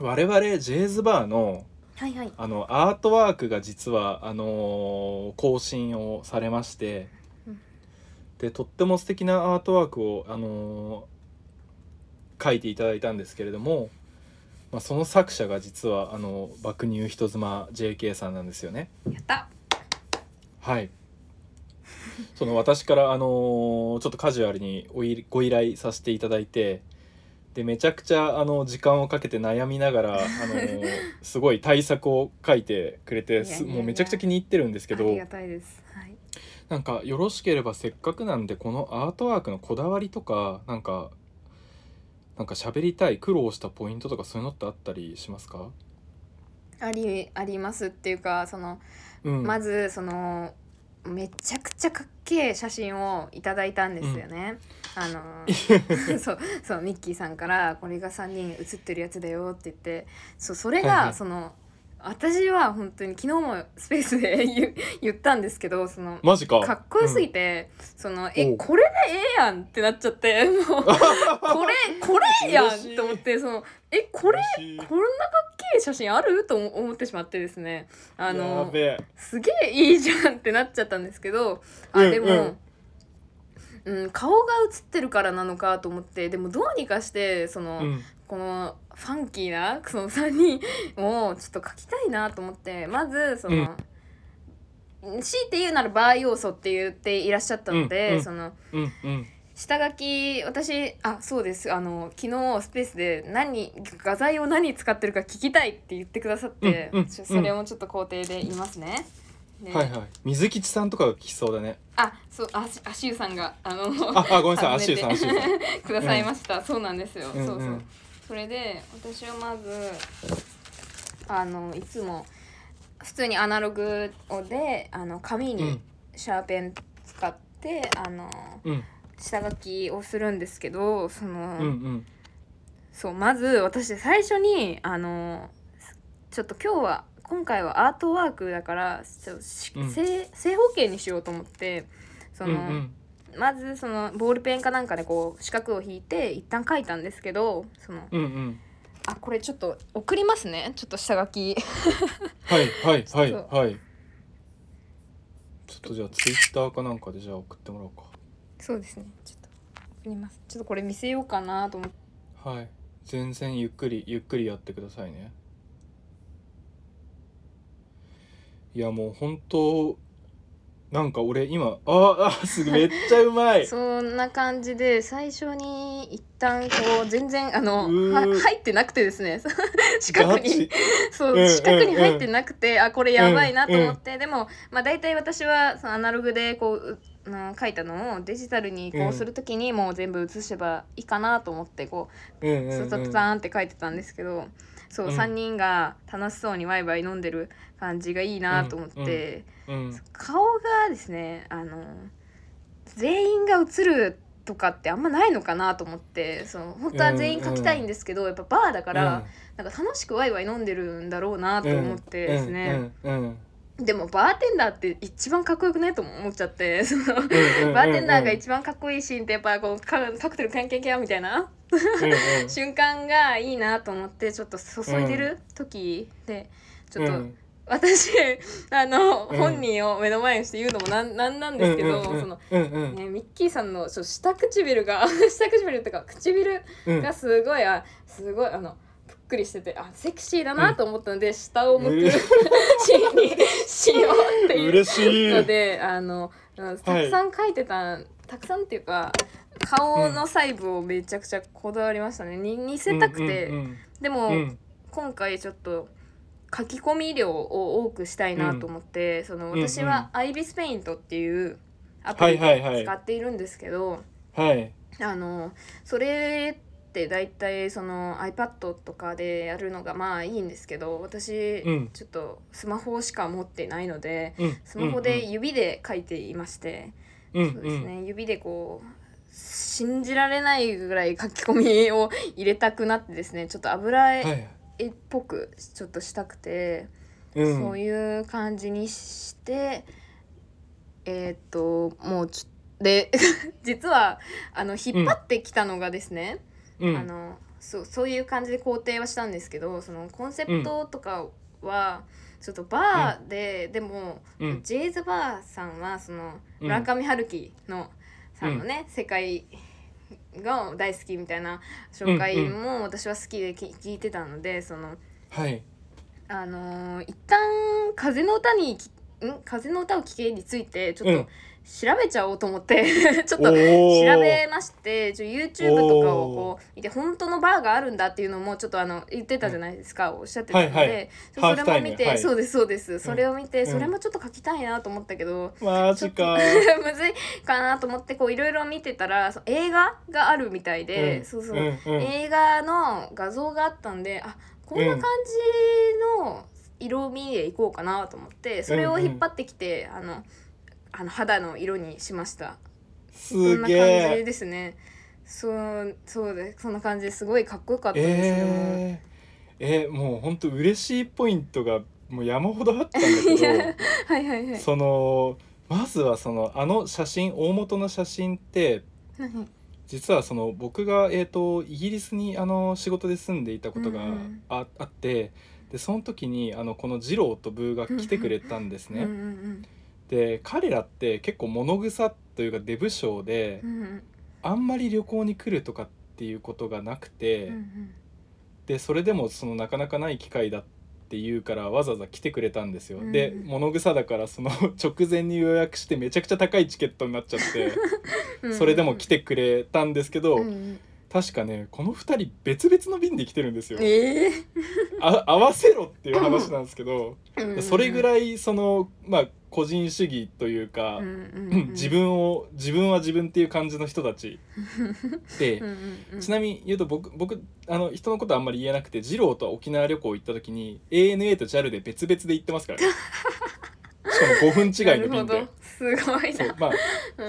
Speaker 1: 我々ジェイズバーの
Speaker 2: はいはい
Speaker 1: あのアートワークが実はあのー更新をされまして、
Speaker 2: うん
Speaker 1: でとっても素敵なアートワークを、あのー書いていただいたんですけれども、まあ、その作者が実はあの爆乳人妻 JK さんなんですよね。
Speaker 2: やった
Speaker 1: はい。その私からあのーちょっとカジュアルにおいご依頼させていただいてでめちゃくちゃあの時間をかけて悩みながら、あの
Speaker 2: [laughs]
Speaker 1: ーすごい対策を書いてくれてす
Speaker 2: いやいやいや
Speaker 1: もうめちゃくちゃ気に入ってるんですけ
Speaker 2: あ
Speaker 1: ど
Speaker 2: りがたいですはい
Speaker 1: なんかよろしければせっかくなんでこのアートワークのこだわりとかなんかなんか喋りたい苦労したポイントとかそういうのってあったりしますか、
Speaker 2: ありありますっていうかその
Speaker 1: うん、
Speaker 2: まずそのめちゃくちゃかっけえ写真をいただいたんですよね。あの
Speaker 1: [laughs]
Speaker 2: そうそうミッキーさんからこれが3人写ってるやつだよって言ってそうそれ
Speaker 1: はいは
Speaker 2: が
Speaker 1: い
Speaker 2: その、私は本当に昨日もスペースで [laughs] 言う言ったんですけどその
Speaker 1: マジか
Speaker 2: かっこよすぎ
Speaker 1: て、
Speaker 2: て、その
Speaker 1: お
Speaker 2: え
Speaker 1: う
Speaker 2: これでええやんってなっちゃってもうこれこれやんと思ってそのえこれ
Speaker 1: 嬉しい
Speaker 2: こんなかっけえ写真あると思思ってしまってですねあ
Speaker 1: や
Speaker 2: の
Speaker 1: べえ
Speaker 2: すげえいいじゃんってなっちゃったんですけどあ
Speaker 1: うん
Speaker 2: でも、うん顔が写ってるからなのかと思ってでもどうにかしてその、
Speaker 1: うん
Speaker 2: このファンキーなその3人をちょっと描きたいなと思ってまずその、強いて言うならバー要素って言っていらっしゃったので、
Speaker 1: うんうん
Speaker 2: その
Speaker 1: うんうん
Speaker 2: 下書き私あそうですあの昨日スペースで何画材を何使ってるか聞きたいって言ってくださって、
Speaker 1: うんうん
Speaker 2: ちょそれもちょっと工程で言いますね。で
Speaker 1: はいはい水吉さんとかが聞きそうだね
Speaker 2: あ、そう、あ、しあしゅうさんが、あの、
Speaker 1: ああごめんなさいア
Speaker 2: 初
Speaker 1: シュー
Speaker 2: めて
Speaker 1: さんアシューさん
Speaker 2: くださいました。そうなんですよ。
Speaker 1: うんうん
Speaker 2: そうそう。それで、私はまず。あの、いつも。普通にアナログをで、あの、紙
Speaker 1: う
Speaker 2: に
Speaker 1: ん
Speaker 2: シャーペン使って、あの。
Speaker 1: うん
Speaker 2: 下書きをするんですけど、その。
Speaker 1: うんうん
Speaker 2: そうまず私最初にあのちょっと今日は今回はアートワークだからちょっとし
Speaker 1: うん
Speaker 2: 正正方形にしようと思ってそ
Speaker 1: うんう
Speaker 2: の、
Speaker 1: ん
Speaker 2: まずそのボールペンかなんかでこう四角を引いて一旦書いたんですけどその
Speaker 1: うんうん
Speaker 2: あこれちょっと送りますねちょっと下書き
Speaker 1: はいはいは
Speaker 2: ち
Speaker 1: い
Speaker 2: ょっ
Speaker 1: はいちょっとじゃあツイッターかなんかでじゃあ送ってもらおう
Speaker 2: そうですねちょっと送りますちょっとこれ見せようかなと思って
Speaker 1: かはい全然ゆっくりゆっくりやってくださいねいやもう本当なんか俺今ああすぐめっちゃうまい
Speaker 2: [laughs] そんな感じで最初に一旦こう全然あの
Speaker 1: うー
Speaker 2: は入ってなくてですね四角
Speaker 1: ガ
Speaker 2: に
Speaker 1: チ
Speaker 2: そう、
Speaker 1: うん
Speaker 2: 四角に入ってなくて、あこれやばいなと思って、でも、まあ、大体私はそのアナログでこうううん書いたのをデジタルに移行するときにもう全部写せばいいかなと思ってこ
Speaker 1: うん
Speaker 2: う
Speaker 1: うんう
Speaker 2: ス
Speaker 1: ん
Speaker 2: タッさんって書いてたんですけどそう、
Speaker 1: うん
Speaker 2: 3人が楽しそうにワイワイ飲んでる感じがいいなと思って、
Speaker 1: うん
Speaker 2: 顔がですねあの全員が写るとかってあんまないのかなと思ってそう本当は全員書きたいんですけど、やっぱバーだから。なんか楽しくワイワイ飲んでるんだろうなと思ってですね、
Speaker 1: うんうんうん
Speaker 2: でもバーテンダーって一番かっこよくないとも思っちゃ
Speaker 1: [laughs]
Speaker 2: ってその
Speaker 1: うんうん
Speaker 2: バーテンダーが一番かっこいいシーンってやっぱこうカカクテルキャンキャンキャンみたいな
Speaker 1: うんうん
Speaker 2: 瞬間がいいなと思ってちょっと注いでる時でちょっと、
Speaker 1: うん
Speaker 2: 私あの、
Speaker 1: うん
Speaker 2: 本人を目の前にして言うのもなんなんなんですけど、その
Speaker 1: うんうんうん
Speaker 2: ね、ミッキーさんのそう下唇が [laughs] 下唇とか唇
Speaker 1: [laughs] うん
Speaker 2: がすごい、あすごいあのぷっくりしててあセクシーだなと思ったので、下を
Speaker 1: う
Speaker 2: 向く
Speaker 1: ん
Speaker 2: シーンに [laughs] しようっていう
Speaker 1: 嬉しい
Speaker 2: のであのうんたくさん描いてた、たくさんっていうか顔の細部をめちゃくちゃこだわりましたねに似せたくて、
Speaker 1: うんうん
Speaker 2: でも、
Speaker 1: うんうん
Speaker 2: 今回ちょっと書き込み量を多くしたいなと思って、そ
Speaker 1: う
Speaker 2: の
Speaker 1: んうん
Speaker 2: 私はアイビスペイントっていうアプリ
Speaker 1: はいはいは
Speaker 2: で
Speaker 1: い
Speaker 2: 使っているんですけど、
Speaker 1: はい
Speaker 2: あのそれって大体その iPad とかでやるのがまあいいんですけど私、
Speaker 1: うん
Speaker 2: ちょっとスマホしか持ってないので
Speaker 1: うん
Speaker 2: スマホで指で書いていまして、
Speaker 1: うんうん
Speaker 2: そうですね指でこう信じられないぐらい書き込みを入れたくなってですねちょっと油絵、
Speaker 1: はい
Speaker 2: 絵っぽくちょっとしたくて、
Speaker 1: うん
Speaker 2: そういう感じにしてえーっともうちょで [laughs] 実はあの引っ張ってきたのがですね、
Speaker 1: うん
Speaker 2: あのそうそういう感じで肯定はしたんですけどそのコンセプトとかはちょっとバーで、でも、
Speaker 1: うん
Speaker 2: ジェイズバーさんはその
Speaker 1: うん
Speaker 2: 村上春樹のさんのね、世界が大好きみたいな紹介
Speaker 1: うんうん
Speaker 2: も私は好きでき聞いてたのでその
Speaker 1: はい
Speaker 2: あのー一旦風の歌にきん風の歌を聴けについてちょっ
Speaker 1: うん
Speaker 2: と調べちゃおうと思って
Speaker 1: [laughs]
Speaker 2: ちょっ
Speaker 1: お
Speaker 2: と調
Speaker 1: ー
Speaker 2: べましてちょ YouTube とかをこう見て本当のバーがあるんだっていうのもちょっとあの言ってたじゃないですか、おっしゃってたので、
Speaker 1: はいはい
Speaker 2: ちょそれ
Speaker 1: ハーフタ
Speaker 2: も
Speaker 1: イム
Speaker 2: 見て、
Speaker 1: はい
Speaker 2: そうですそうですそれを見て、
Speaker 1: うん
Speaker 2: それもちょっと書きたいなと思ったけど、 [laughs]
Speaker 1: マジか
Speaker 2: むずいかなと思ってこういろいろ見てたらそう映画があるみたいで、
Speaker 1: うん
Speaker 2: そうそう、
Speaker 1: うんうん
Speaker 2: 映画の画像があったんであこんな感じの色味でいこうかなと思ってそれを引っ張ってきて、あのあの肌の色にしましたそん
Speaker 1: す
Speaker 2: な
Speaker 1: げ
Speaker 2: 感じ
Speaker 1: え
Speaker 2: ですねそうそうですそんな感じですごいかっこよかったですよ、
Speaker 1: えー、えーもう本当嬉しいポイントがもう山ほどあったんだけ
Speaker 2: いや
Speaker 1: ど
Speaker 2: はいはいはい
Speaker 1: そのまずはそのあの写真大元の写真って
Speaker 2: 何
Speaker 1: 実はその僕が、えー、とイギリスにあの仕事で住んでいたことが
Speaker 2: うんうん
Speaker 1: あ,、あってでその時にあのこの二郎とブーが来てくれたんですね。
Speaker 2: うんうん
Speaker 1: で彼らって結構物臭というかデブ症で、
Speaker 2: うんうん
Speaker 1: あんまり旅行に来るとかっていうことがなく
Speaker 2: う
Speaker 1: て、
Speaker 2: んうん
Speaker 1: でそれでもそのなかなかない機会だっていうからわざわざ来てくれたんですよ、
Speaker 2: うん
Speaker 1: で物臭だからその [laughs] 直前に予約してめちゃくちゃ高いチケットになっちゃって
Speaker 2: うん
Speaker 1: それでも来てくれたんですけど、
Speaker 2: うんうん
Speaker 1: 確かねこの2人別々の便で来てるんですよ
Speaker 2: ええ
Speaker 1: あ合わせろっていう話なんですけど、それぐ
Speaker 2: い、
Speaker 1: らいそのまあ個人主義というか、 [clears throat]
Speaker 2: うんうんうん、
Speaker 1: 自分を自分は自分っていう感じの人たち
Speaker 2: [laughs]
Speaker 1: で、
Speaker 2: うんうんうん
Speaker 1: ちなみに言うと僕僕あの人のことあんまり言えなくて二郎と沖縄旅行行った時に ANA と JAL で別々で行ってます
Speaker 2: [laughs]
Speaker 1: からねしかも5分違いの便
Speaker 2: な
Speaker 1: で
Speaker 2: るほどすごい
Speaker 1: そ
Speaker 2: な
Speaker 1: うまあ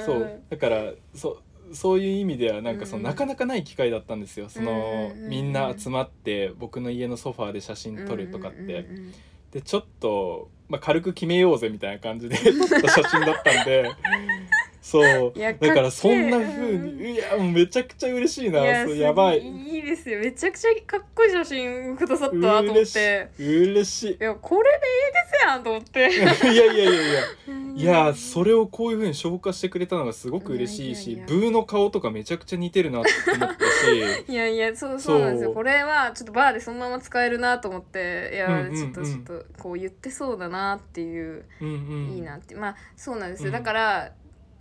Speaker 1: そうだからそうそういう意味ではなんかその、
Speaker 2: うん
Speaker 1: なかなかない機会だったんですよその、
Speaker 2: うんうんうん
Speaker 1: みんな集まって僕の家のソファーで写真撮るとかって、
Speaker 2: うんうんうんうん
Speaker 1: でちょっと、まあ、軽く決めようぜみたいな感
Speaker 2: [laughs]
Speaker 1: じで撮った写真だったんでそう
Speaker 2: いや
Speaker 1: だからそんな
Speaker 2: かっけえ
Speaker 1: 風に、いやもうめちゃくちゃ嬉しいない
Speaker 2: や
Speaker 1: そう
Speaker 2: す
Speaker 1: やばい
Speaker 2: いいですよめちゃくちゃかっこいい写真くださったなと思っ
Speaker 1: 嬉しい
Speaker 2: て
Speaker 1: 嬉しい
Speaker 2: いやこれでいいですやんと思って
Speaker 1: いやいやいやいや [laughs] いや
Speaker 2: れ
Speaker 1: それをこういう風に消化してくれたのがすごく嬉しいし
Speaker 2: いやいやいや
Speaker 1: ブーの顔とかめちゃくちゃ似てるなって思った
Speaker 2: [laughs]
Speaker 1: し
Speaker 2: いやいやそうそうなんです
Speaker 1: そ
Speaker 2: よ
Speaker 1: う
Speaker 2: これはちょっとバーでそのまま使えるなと思っていや、
Speaker 1: うんうんうん
Speaker 2: ちょっとちょっとこう言ってそうだなっていう、
Speaker 1: うんうん
Speaker 2: いいなってまあそうなんですよ、
Speaker 1: うん
Speaker 2: だから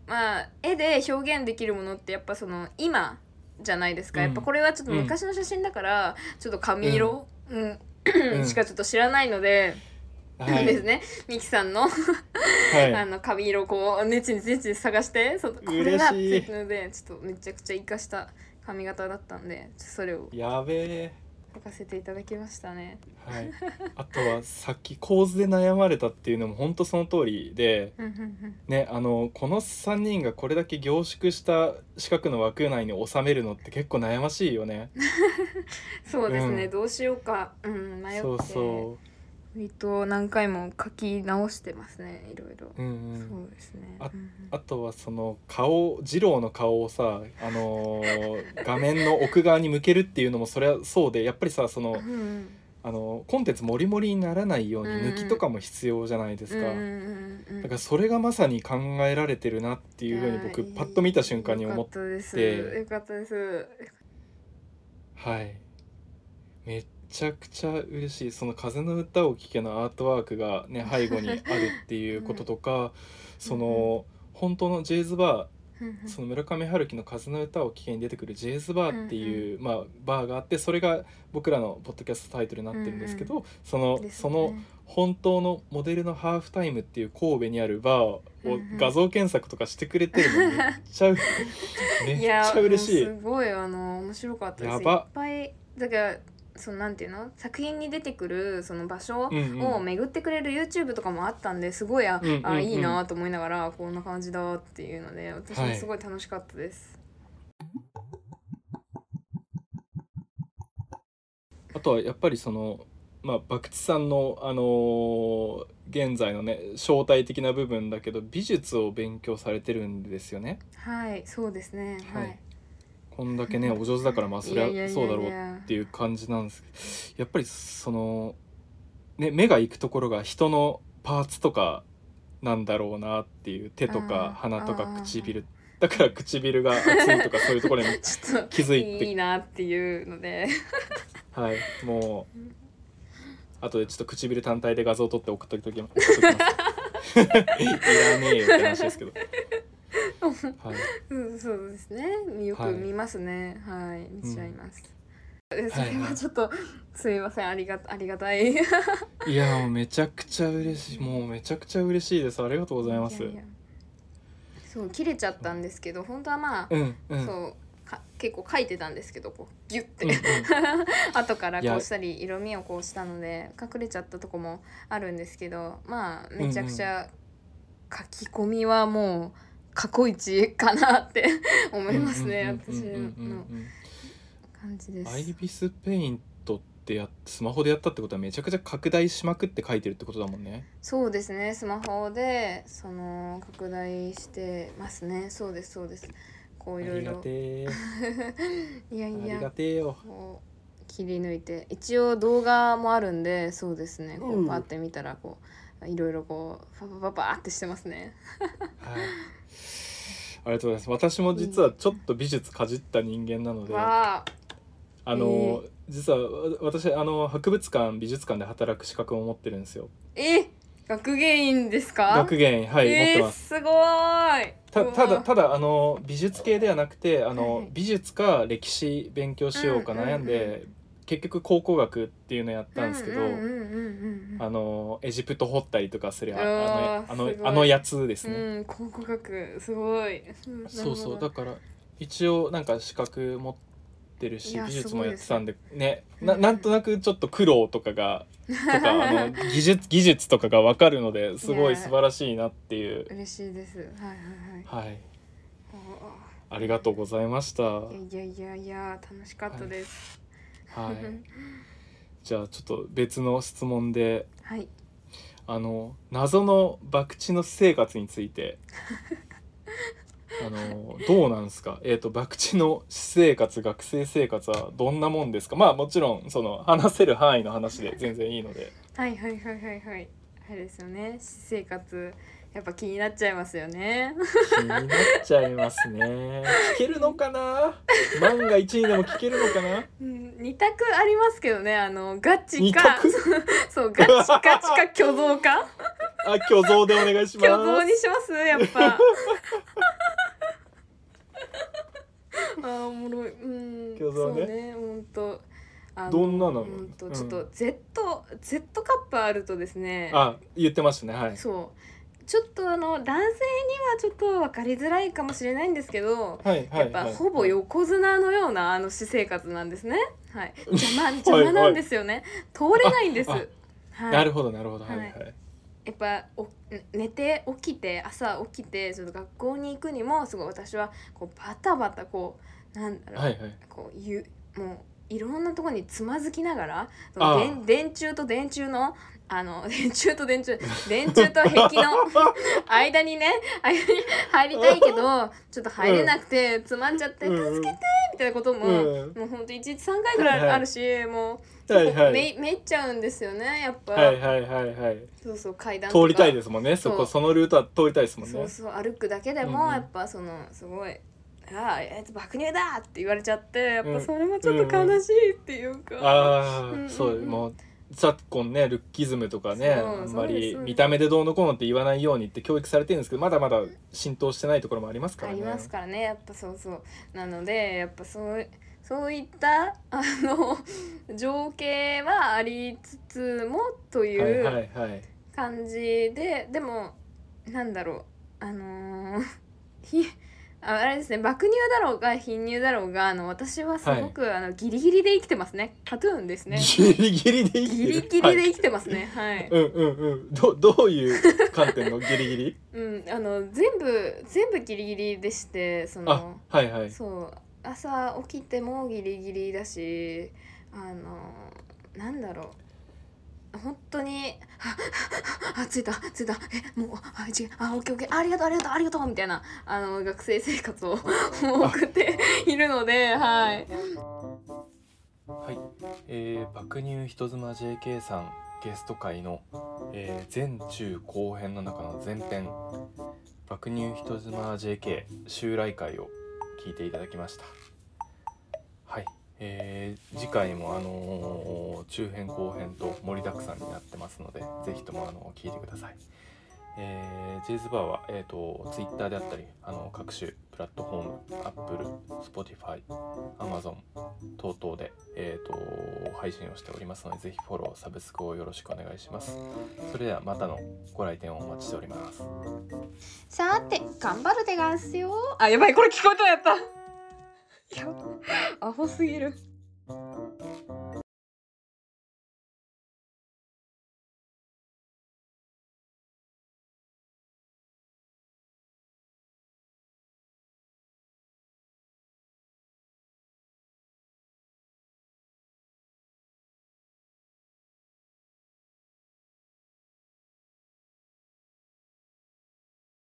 Speaker 2: まあ絵で表現できるものってやっぱその今じゃないですか、
Speaker 1: うん
Speaker 2: やっぱこれはちょっと昔の写真だから、ちょっと髪色、うん
Speaker 1: うん
Speaker 2: しかちょっと知らないので、
Speaker 1: はい
Speaker 2: ですねミキさんの
Speaker 1: は
Speaker 2: あ
Speaker 1: い
Speaker 2: の髪色をこうネチネチネチネチ探してそこれだって
Speaker 1: 嬉しい
Speaker 2: いうのでちょっとめちゃくちゃ活かした髪型だったんでちょっとそれを
Speaker 1: やべえ
Speaker 2: 書かせていただきましたね。
Speaker 1: はい、あとはさっき構図で悩まれたっていうのも本当その通りで、
Speaker 2: うんうん
Speaker 1: ね、あのこの3人がこれだけ凝縮した四角の枠内に収めるのって結構悩ましいよね。
Speaker 2: うんそうですね、
Speaker 1: うん
Speaker 2: どうしようか、うん、迷って
Speaker 1: そうそ
Speaker 2: 割と何回も書き直してますねいろいろ
Speaker 1: う、う、んうん、
Speaker 2: そうですね
Speaker 1: あ
Speaker 2: うんうん
Speaker 1: あとはその顔二郎の顔をさ、あ
Speaker 2: [laughs]
Speaker 1: のー画面の奥側に向けるっていうのもそれはそうでやっぱりさその
Speaker 2: うん
Speaker 1: あのコンテンツもりもりにならないように
Speaker 2: うんうん
Speaker 1: 抜きとかも必要じゃないですか、
Speaker 2: うんうんうんうん
Speaker 1: だからそれがまさに考えられてるなっていうふうに僕
Speaker 2: いやー
Speaker 1: パッと見た瞬間に思っ
Speaker 2: よかったです
Speaker 1: て
Speaker 2: よかったです
Speaker 1: はいめちゃくちゃ嬉しいその「風の歌を聴け」のアートワークが
Speaker 2: [laughs]
Speaker 1: ね背後にあるっていうこととか、その本当のジェイズバ
Speaker 2: [laughs]
Speaker 1: ーその村上春樹の「風の歌を聴け」に出てくるジェイズバーっていう、まあ、バーがあってそれが僕らのポッドキャストタイトルになってるんですけど、その
Speaker 2: です
Speaker 1: その
Speaker 2: ね
Speaker 1: 本当のモデルのハーフタイムっていう神戸にあるバーを
Speaker 2: うんうん
Speaker 1: 画像検索とかしてくれてるのめっち
Speaker 2: [laughs]
Speaker 1: ゃめっちゃ嬉しい
Speaker 2: やもうすごいあの面白かったです
Speaker 1: やば
Speaker 2: いっぱいだからそのなんていうの作品に出てくるその場所を巡ってくれる YouTube とかもあったんですごいあ,、
Speaker 1: うんうんうん
Speaker 2: あいいなと思いながらこんな感じだっていうので私もすごい楽しかったです。
Speaker 1: あとはやっぱりそのまあ博打さんのあのー現在のね正体的な部分だけど美術を勉強されてるんですよね。
Speaker 2: はい、そうですね
Speaker 1: は
Speaker 2: はいい。
Speaker 1: こんだけ
Speaker 2: [laughs]
Speaker 1: ねお上手だからまあそりゃ
Speaker 2: いやいやいやいや
Speaker 1: そうだろうっていう感じなんですけどやっぱりそのね目が行くところが人のパーツとかなんだろうなっていう手と
Speaker 2: あー
Speaker 1: か鼻とか
Speaker 2: あー
Speaker 1: 唇だから唇が熱いとかそういうところに
Speaker 2: [laughs] ちょっと
Speaker 1: 気づいて
Speaker 2: いいなっていうので
Speaker 1: はいもうあとでちょっと唇単体で画像を撮って送っときますいらねえよって話ですけ
Speaker 2: [laughs]
Speaker 1: ど、はい、
Speaker 2: うんそうですねよ
Speaker 1: は
Speaker 2: く
Speaker 1: い
Speaker 2: 見ますねはい、見ちゃいます。でそ
Speaker 1: はい
Speaker 2: れはちょっと、すいませんありがありがたい。
Speaker 1: いやもうめちゃくちゃ嬉しいもうめちゃくちゃ嬉しいですありがとうございます
Speaker 2: ややそう切れちゃったんですけど本当はまあ、
Speaker 1: うんうん
Speaker 2: そうか結構書いてたんですけどこうギュって、
Speaker 1: うんうん
Speaker 2: [laughs] 後から
Speaker 1: いや
Speaker 2: こうしたり色味をこうしたので隠れちゃったとこもあるんですけどまあめちゃくちゃ書き込みはもう過去一かなって [laughs] 思いますね
Speaker 1: うんう
Speaker 2: 私
Speaker 1: んうんうんうん
Speaker 2: の
Speaker 1: うん
Speaker 2: 感じです。
Speaker 1: アイビスペイントってやっスマホでやったってことはめちゃくちゃ拡大しまくって書いてるってことだもんね
Speaker 2: そうですねスマホでその拡大してますねそうですそうですこ
Speaker 1: あ
Speaker 2: ういろい
Speaker 1: りが
Speaker 2: ろ
Speaker 1: てえ
Speaker 2: いや
Speaker 1: あ
Speaker 2: い
Speaker 1: り
Speaker 2: や
Speaker 1: がてえよ
Speaker 2: こう切り抜いて一応動画もあるんでそうですねこ
Speaker 1: う
Speaker 2: うんパって見たらこういろいろこうパパパパってしてますね
Speaker 1: はいありがとうございます私も実はちょっと美術かじった人間なので
Speaker 2: わあ
Speaker 1: あの、実はわ私あの博物館美術館で働く資格を持ってるんですよ
Speaker 2: え学芸員ですか
Speaker 1: 学芸員はい、持っ
Speaker 2: え
Speaker 1: て
Speaker 2: ー、
Speaker 1: ます
Speaker 2: すごーい
Speaker 1: たただ
Speaker 2: だ
Speaker 1: ただあの美術系ではなくてあの、
Speaker 2: はいはい
Speaker 1: 美術か歴史勉強しようか悩んで、
Speaker 2: うんうん
Speaker 1: 結局考古学っていうのやったんですけど、
Speaker 2: うんうんうんうん
Speaker 1: あのエジプト掘ったりとかすりゃ
Speaker 2: あ
Speaker 1: あのあの
Speaker 2: ーすごい
Speaker 1: あのやつです
Speaker 2: う
Speaker 1: ね、
Speaker 2: んうん考古学すごい
Speaker 1: そうそうだ
Speaker 2: か
Speaker 1: から一応なんか資格持ってるし
Speaker 2: いや
Speaker 1: 美
Speaker 2: す
Speaker 1: 術
Speaker 2: ご
Speaker 1: も
Speaker 2: い
Speaker 1: やってたんでね
Speaker 2: うん
Speaker 1: ななんとなくちょっと苦労とかがとかあ
Speaker 2: [laughs]
Speaker 1: の技術技術とかが分かるのですごい
Speaker 2: ね
Speaker 1: 素晴らしいなっていう、
Speaker 2: 嬉しいですはいはいはい
Speaker 1: はい
Speaker 2: あ
Speaker 1: ありがとうございましたは
Speaker 2: [laughs] あいやいやいやいや楽しかったです
Speaker 1: いじゃあちょっと別の質問で
Speaker 2: はい
Speaker 1: あの謎の博打の私生活についてあのどうなんですか、 [laughs] えー、と博打の私生活学生生活はどんなもんですかまあもちろんその話せる範囲の話で全然いいので
Speaker 2: [laughs] はいはいはいはいはいあれですよね私生活やっぱ気になっちゃいますよね
Speaker 1: 気になっちゃいますね聞けるのかな万が一にでも聞けるのかな
Speaker 2: うん二択ありますけどねあのガチ
Speaker 1: 二
Speaker 2: か
Speaker 1: 択
Speaker 2: そうガチガチか虚像か
Speaker 1: あ虚像でお願いしま
Speaker 2: 虚
Speaker 1: す
Speaker 2: 像にしますやっ
Speaker 1: [laughs]
Speaker 2: ぱあーおもろいうん
Speaker 1: 虚像ね
Speaker 2: そうねほんとあの
Speaker 1: どんなの
Speaker 2: ほんと
Speaker 1: うん
Speaker 2: ちょっと Z,、Z カップあるとですね
Speaker 1: あ言ってましたねはい
Speaker 2: そうちょっとあの男性にはちょっと分かりづらいかもしれないんですけど
Speaker 1: はいはい
Speaker 2: やっぱ
Speaker 1: はい
Speaker 2: ほぼ横綱のようなあの私生活なんですね。はい、邪魔邪魔なんですよね。通れないんです。
Speaker 1: あ
Speaker 2: はい。
Speaker 1: なるほどなるほどはいは
Speaker 2: はいやっぱお寝て起きて朝起きてちょっと学校に行くにもすごい私はこうバタバタこうなんだろう、
Speaker 1: はいはい
Speaker 2: こうゆもういろんなところにつまずきながらそ
Speaker 1: ああ
Speaker 2: の電電柱と電柱のあの [laughs] 電柱と電柱電柱と壁
Speaker 1: [laughs]
Speaker 2: の間にね間に入りたいけどちょっと入れなくて、つまんじゃって、
Speaker 1: うんうん
Speaker 2: 助けてみたいなことも、
Speaker 1: うん
Speaker 2: もう本当一日3回ぐらい
Speaker 1: はい
Speaker 2: あるし、もう、
Speaker 1: はいはい
Speaker 2: めめいっちゃうんですよねやっぱ、
Speaker 1: はいはいはいはい
Speaker 2: そうそう階段とか
Speaker 1: 通りたいですもんねそ
Speaker 2: そ
Speaker 1: こ
Speaker 2: う
Speaker 1: そのルートは通りたいですもん
Speaker 2: そ
Speaker 1: ね
Speaker 2: うそう歩くだけで
Speaker 1: うんう
Speaker 2: も
Speaker 1: ん
Speaker 2: やっぱそのすごい「あああいつ爆乳だ!」って言われちゃってやっ
Speaker 1: う
Speaker 2: ぱ
Speaker 1: ん
Speaker 2: それもちょっと悲しいっていうか、
Speaker 1: ああ、
Speaker 2: うんうん
Speaker 1: そうもう昨今ねルッキズムとかね
Speaker 2: そう
Speaker 1: あんま
Speaker 2: そうで
Speaker 1: り
Speaker 2: す
Speaker 1: 見た目でどうのこうのって言わないようにって教育されてるんですけどまだまだ浸透してないところもありますか
Speaker 2: あ
Speaker 1: らね
Speaker 2: りますからねやっぱそうそうなのでやっぱそうそういったあの情景はありつつもとい
Speaker 1: はいうはいはい
Speaker 2: 感じででもなんだろうあのー [laughs] ひああれですね爆乳だろうが貧乳だろうがあの私はすごく、あのギリギリで生きてますねカトゥーンですね
Speaker 1: ギリギリで生きて
Speaker 2: ギ
Speaker 1: る
Speaker 2: リギリで生きてますねはい、
Speaker 1: はい、うんうんうんどどういう観点のギリギ
Speaker 2: [laughs]
Speaker 1: リ
Speaker 2: うんあの全部全部ギリギリでしてそ
Speaker 1: あ
Speaker 2: の
Speaker 1: はいはい
Speaker 2: そう朝起きてもギリギリだしあのなんだろう本当に「あああ着いた着いたえもうあ一あオッケーオッケーありがとうありがとうありがとう」みたいなあの学生生活を送っているのではい
Speaker 1: はい、えー爆乳人妻 JK さんゲスト会の、えー前中後編の中の前編「爆乳人妻 JK 襲来会」を聞いていただきましたはい、えー次回も、あのー中編後編と盛りだくさんになってますのでぜひとも、あの聞いてくださいえー、ジェイズバーは、えー、と Twitter であったりあの各種プラットフォーム Apple、Spotify、Amazon 等々で、えー、と配信をしておりますのでぜひフォローサブスクをよろしくお願いしますそれではまたのご来店をお待ちしております
Speaker 2: さて頑張るでがんすよあやばいこれ聞こえたやったやばアホすぎる